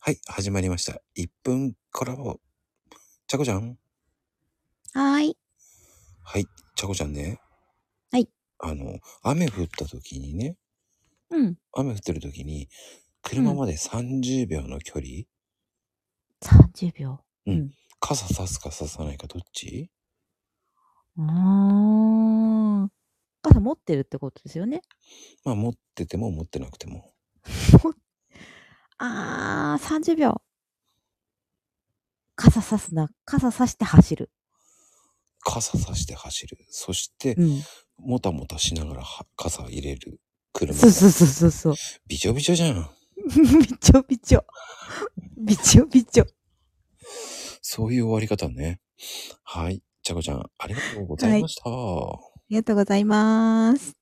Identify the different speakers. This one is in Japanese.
Speaker 1: はい、始まりました。1分コラボ。ちゃこちゃん。
Speaker 2: はい。
Speaker 1: はい、ちゃこちゃんね。
Speaker 2: はい。
Speaker 1: あの、雨降った時にね
Speaker 2: うん。
Speaker 1: 雨降ってる時に、
Speaker 2: う
Speaker 1: 車
Speaker 2: ん。
Speaker 1: まで30秒の距離
Speaker 2: 30秒。
Speaker 1: う。
Speaker 2: うんん。
Speaker 1: 傘さすかささないかどっち？
Speaker 2: ああ。傘持ってるってことですよね？
Speaker 1: ま、持ってても持ってなくても。
Speaker 2: もああ、30秒。傘さすな傘さして走る。
Speaker 1: 傘さして走る。そして、
Speaker 2: うん。
Speaker 1: もたもたしながら、は傘入れる。車
Speaker 2: そう
Speaker 1: が。
Speaker 2: そうそうそうそう。
Speaker 1: びちょびちょじゃん。
Speaker 2: びちょびちょ。びちょびちょ。
Speaker 1: そういう終わり方ね。はい、ちゃこちゃん、ありがとうござい
Speaker 2: はい。
Speaker 1: ました。
Speaker 2: ありがとうございます。